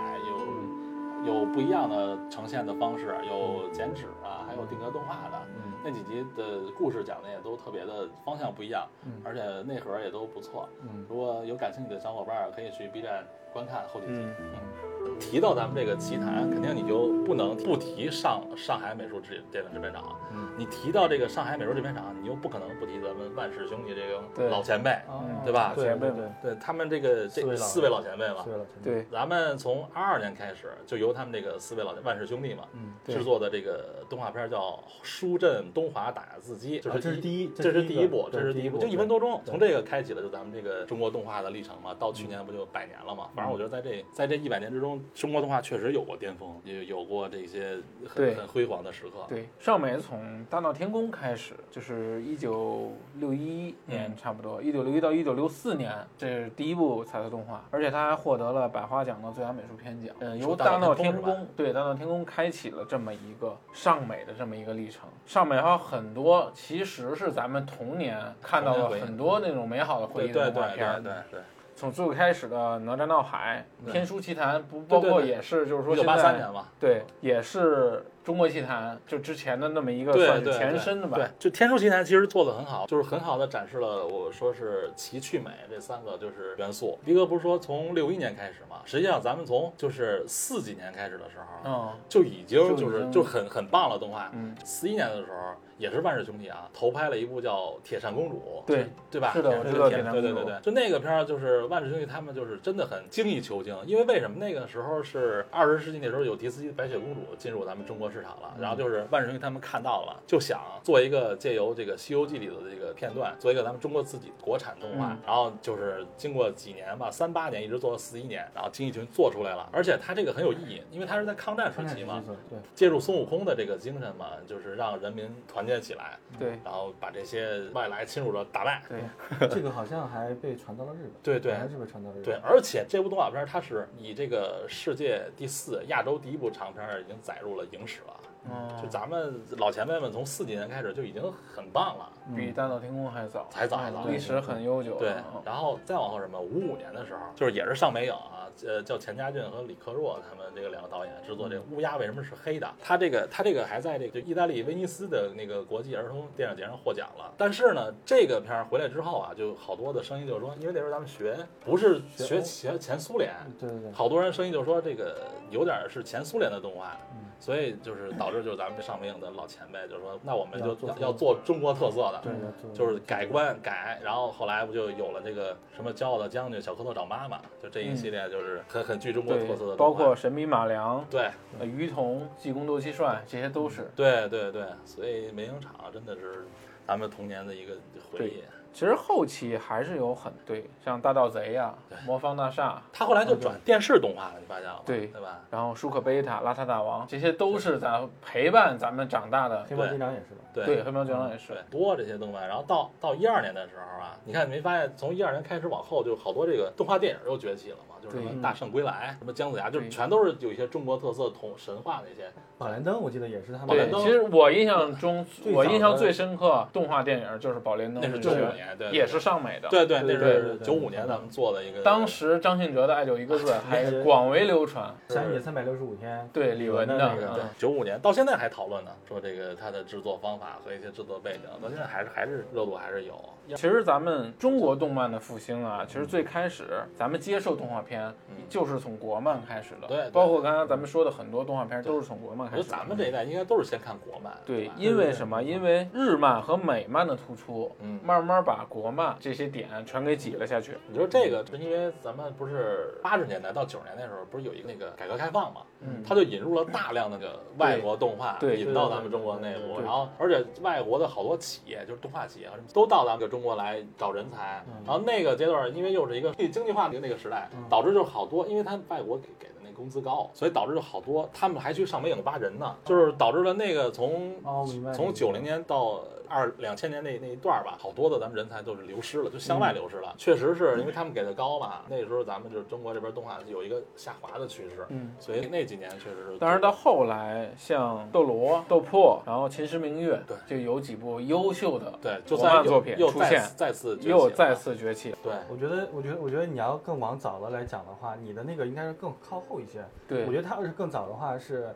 有有不一样的呈现的方式，有剪纸啊，还有定格动画的。
嗯
那几集的故事讲的也都特别的方向不一样，
嗯
而且内核也都不错。
嗯，
如果有感兴趣的小伙伴，可以去 B 站观看后几集。
嗯
提到咱们这个奇谈，肯定你就不能不提上上海美术制这个制片厂。
嗯，
你提到这个上海美术制片厂，你又不可能不提咱们万氏兄弟这个
对
老前辈，
哦
嗯对吧
对
前辈
对
们
对他们这个
四位
这
老
四位老前辈嘛
对，对了，前辈，
对，
咱们从二二年开始就由他们这个四位老万氏兄弟嘛
嗯，
对
制作的这个动画片叫《书镇东华打字机》，
啊这是第一
这
这
是
是
第
第
一
一
部
部，
这是
对
第一部，
第一部
就一分多钟，
对
从这个开启了就咱们这个中国动画的历程嘛。到去年不就百年了嘛？反正我觉得在这在这一百年之中，中国动画确实有过巅峰，也有过这些很
对
很辉煌的
啊
时刻。
对，上美从《大闹天宫》开始，就是一九六一年差不多，一九六一到一九六四年，这是第一部彩色动画，而且它还获得了百花奖的最佳美术片奖。嗯，由
说
《
大
大
闹
闹
天
天
宫是
宫》对《大闹天宫》开启了这么一个尚美的这么一个历程。尚美还有很多，其实是咱们童年看到
童
了
年回忆
很多那种美好的回
对
忆
对
的
对
动画片儿。
对对对，
从最开始的哪吒闹海、
对
天书奇谭，不包
对对
括
对
也是就是说
一九
现
八三
在
年吧，
对，也是中国奇谭就之前的那么一个
对
算是
对
前身的吧。
对，就《天书奇谭》其实做的很好，就是很好的展示了我说是奇趣美这三个就是元素。逼哥不是说从六一年开始嘛，实际上咱们从就是四几年开始的时候，
嗯，
就已经
就
就
已
是
经
就很很棒了动画。
嗯，
四一年的时候也是万氏兄弟啊，投拍了一部叫《铁扇公主》，
对
对吧？
是的
对
我知道
对
铁扇
对
公
对
主
对对，就那个片儿，就是万氏兄弟他们就是真的很精益求精，因为为什么那个时候是二十世纪那时候有迪斯基《白雪公主》进入咱们中国市场了，然
嗯
后就是万氏兄弟他们看到了，就想做一个借由这个《西游记》里的这个片段，做一个咱们中国自己国产动画，
嗯
然后就是经过几年吧，三八年一直做到四一年，然后精益求精做出来了，而且它这个很有意义，因为它是在抗战时
看看
期
这
嘛
个， 对，
借助孙悟空的这个精神嘛，就是让人民团结起来，
对
然后把这些外来侵入者打败。
对，
这个好像还被传到了日本，
对对
好像是被传到了日本。
对，而且这部动画片儿它是以这个世界第四、亚洲第一部长片儿已经载入了影史了。
嗯，
就咱们老前辈们从四几年开始就已经很棒了。
比大闹天宫还早，
嗯
嗯
还早还早
历史很悠久。
对
嗯，
然后再往后什么五五年的时候，就是也是上美影啊，呃，叫钱家俊和李克若他们这个两个导演制作这个《乌鸦为什么是黑的》，他这个他这个还在这个意大利威尼斯的那个国际儿童电影节上获奖了。但是呢，这个片儿回来之后啊，就好多的声音就说，因为那时候咱们学不是学哦
学欧
前前苏联，
嗯对对对，
好多人声音就说这个有点是前苏联的动画，所以就是导致就是咱们这上美影的老前辈就说，那我们就
要做
要要做中国特色的，
对对对，
就是改观改，然后后来不就有了这个什么骄傲的将军、小蝌蚪找妈妈，就这一系列就是很很具中国特色的动画，嗯
嗯对，包括神笔马良、
对
呃于童、济公斗蟋蟀，这些
嗯
都是。
对对对，所以美影厂真的是咱们童年的一个回忆。
其实后期还是有很对，像大盗贼呀、
对
魔方大厦，
他后来就转电视动画了，你发现了吗？
嗯对
对吧？
然后舒克贝塔、邋遢大王，这些都是咱陪伴咱们长大的。
黑猫警长也是的，
对嗯
对，黑猫警长也
对
是。，
播这些动漫，然后到到一二年的时候啊，你看你没发现从一二年开始往后，就好多这个动画电影又崛起了嘛，就是什么
对嗯
《大圣归来》、什么《姜子牙》，就是
对
全都是有一些中国特色、统神话的一些。
宝莲灯我记得也是他们
宝
对
莲，灯
其实我印象中，
最早
我
的
印象最深刻动画电影就是《宝莲灯
那》，是
就
九
嗯是
五年，对，
也是上美的。
对对，那
对对
是
对对
九五年咱们做的一个，
当时张信哲的《爱就一个字》还
那是
广为流传。
想你三百六十五天，
对李玟的
那
对
个，
九五年到现在还讨论呢，说这个它的制作方法和一些制作背景，到现在还是还是热度还是有。
其实咱们中国动漫的复兴啊，其实最开始咱们接受动画片
嗯，
就是从国漫开始的。
对对
包括刚刚咱们说的很多动画片都是从国漫
我
开
觉
始
得
的。
咱们这一代应该都是先看国漫，
对
吧，
因为什么？因为日漫和美漫的突出，
嗯
慢慢把国漫这些点全给挤了下去。
你说这个是因为咱们不是八十年代到九十年代的时候，不是有一个那个改革开放嘛？
嗯
它就引入了大量那个外国动画，
对
引到咱们中国内
对
部，
对
然后而且外国的好多企业，就是动画企业啊什么，都到咱们中国来找人才。
嗯
然后那个阶段，因为又是一个经济化的那个时代，
嗯
导致就是好多，因为他外国给给的那工资高，所以导致就好多他们还去上美影挖人呢，就是导致了那个从
哦，明白。
从九零年到二两千年那那一段儿吧，好多的咱们人才都是流失了，就向
嗯
外流失了。确实是因为他们给的高嘛，那时候咱们就是中国这边动画有一个下滑的趋势，
嗯。
所以那几年确实是。
当然，到后来像《斗罗》《斗破》，然后《秦时明月》，
对
就有几部优秀的，
对，就
国
算
漫
又
作品
又
出
再
现
次再次崛起
又
了
再次崛起。
对
我觉得，我觉得，我觉得你要更往早的来讲的话，你的那个应该是更靠后一些。
对
我觉得他要是更早的话是，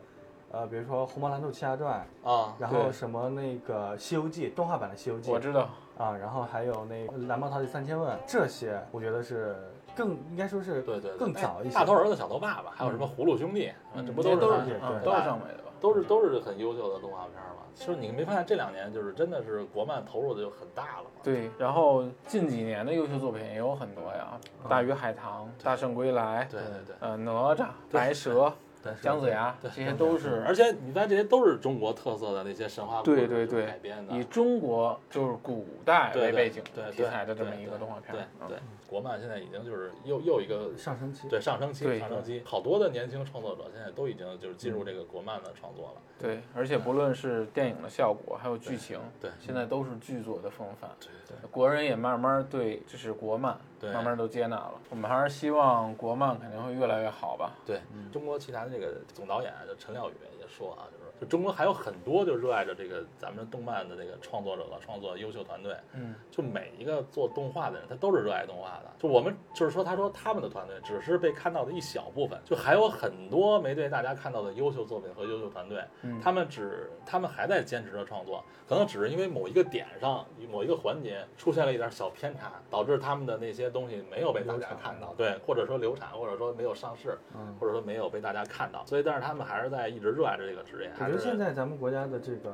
呃，比如说《虹猫蓝兔七侠传》，
啊，
然
对
后什么那个《西游记》动画版的《西游记
我》知道，
啊，然后还有那个《蓝猫淘气三千问》，这些我觉得是更应该说是
对对对
更
哎
早一些。
大头儿子小头爸爸，还有什么葫芦兄弟，啊
嗯
这不都是
都
他
是
们
对
嗯
对
都是上美的吧？
都是都是很优秀的动画片儿嘛？其实你没发现这两年就是真的是国漫投入的就很大了嘛？
对，然后近几年的优秀作品也有很多呀，《大鱼海棠》《大圣归来》
嗯对对对。
呃，哪吒、白蛇、
但是
姜子牙，这
对
些都是
而且你看，这些都是中国特色的那些神话故
对
事
对对
改编的，
以中国就是古代
对
为
对
背景
对对
题材的这么
对
一个动画片
对
儿。嗯
对，国漫现在已经就是又又一个
上升期，
对上升期，
对嗯
上升期，好多的年轻创作者现在都已经就是进入这个国漫的创作了。
对，而且不论是电影的效果，还有剧情，
对
现在都是剧作的风范。
对对
国人也慢慢对，就是国漫，
对
慢慢都接纳了。我们还是希望国漫肯定会越来越好吧。
对，
嗯
中国奇谭这个总导演啊就陈廖宇也说啊，就是就中国还有很多就热爱着这个咱们动漫的这个创作者和创作优秀团队，
嗯，
就每一个做动画的人，他都是热爱动画的。就我们就是说，他说他们的团队只是被看到的一小部分，就还有很多没对大家看到的优秀作品和优秀团队，
嗯
他们只他们还在坚持着创作，可能只是因为某一个点上某一个环节出现了一点小偏差，导致他们的那些东西没有被大家看到，对，或者说流产，或者说没有上市，
嗯。
或者说没有被大家看到。所以，但是他们还是在一直热爱着这个职业，
我
还
觉得
是
现在咱们国家的这个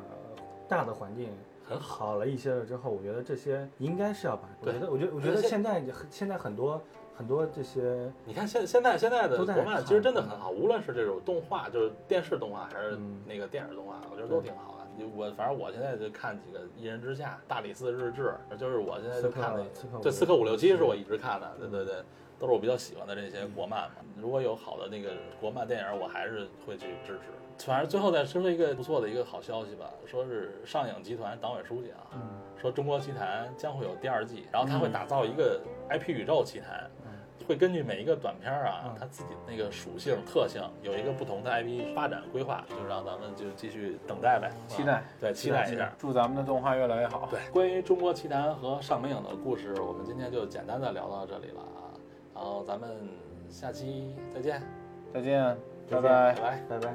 大的环境
很好。
好了一些了之后，我觉得这些应该是要把。我
对
觉得，我觉得，我觉
而
得
且
现在现在很多很多这些，
你看现现在现在的
都在
国漫
看
其实真的很好，无论是这种动画，就是电视动画还是
嗯
那个电影动画，我觉得都挺好的。就我反正我现在就看几个《一人之下》《大理寺日志》，就是我现在就看那个
刺客刺客五六七嗯
对《刺客伍六七》是我一直看的，对对对，都是我比较喜欢的这些国漫嘛。如果有好的那个国漫电影，我还是会去支持。反正最后再说一个不错的一个好消息吧，说是上影集团党委书记啊，
嗯
说《中国奇谭》将会有第二季，然后他会打造一个 IP 宇宙奇谭，会根据每一个短片儿啊
嗯，
它自己那个属性特性有一个不同的 IP 发展规划，就让咱们就继续等待呗，
期待
啊对，期待一下。
祝咱们的动画越来越好。
对，关于中国奇谭和上美影的故事，我们今天就简单的聊到这里了啊，然后咱们下期再见，
再见，
再见
拜拜
拜。拜。
拜拜。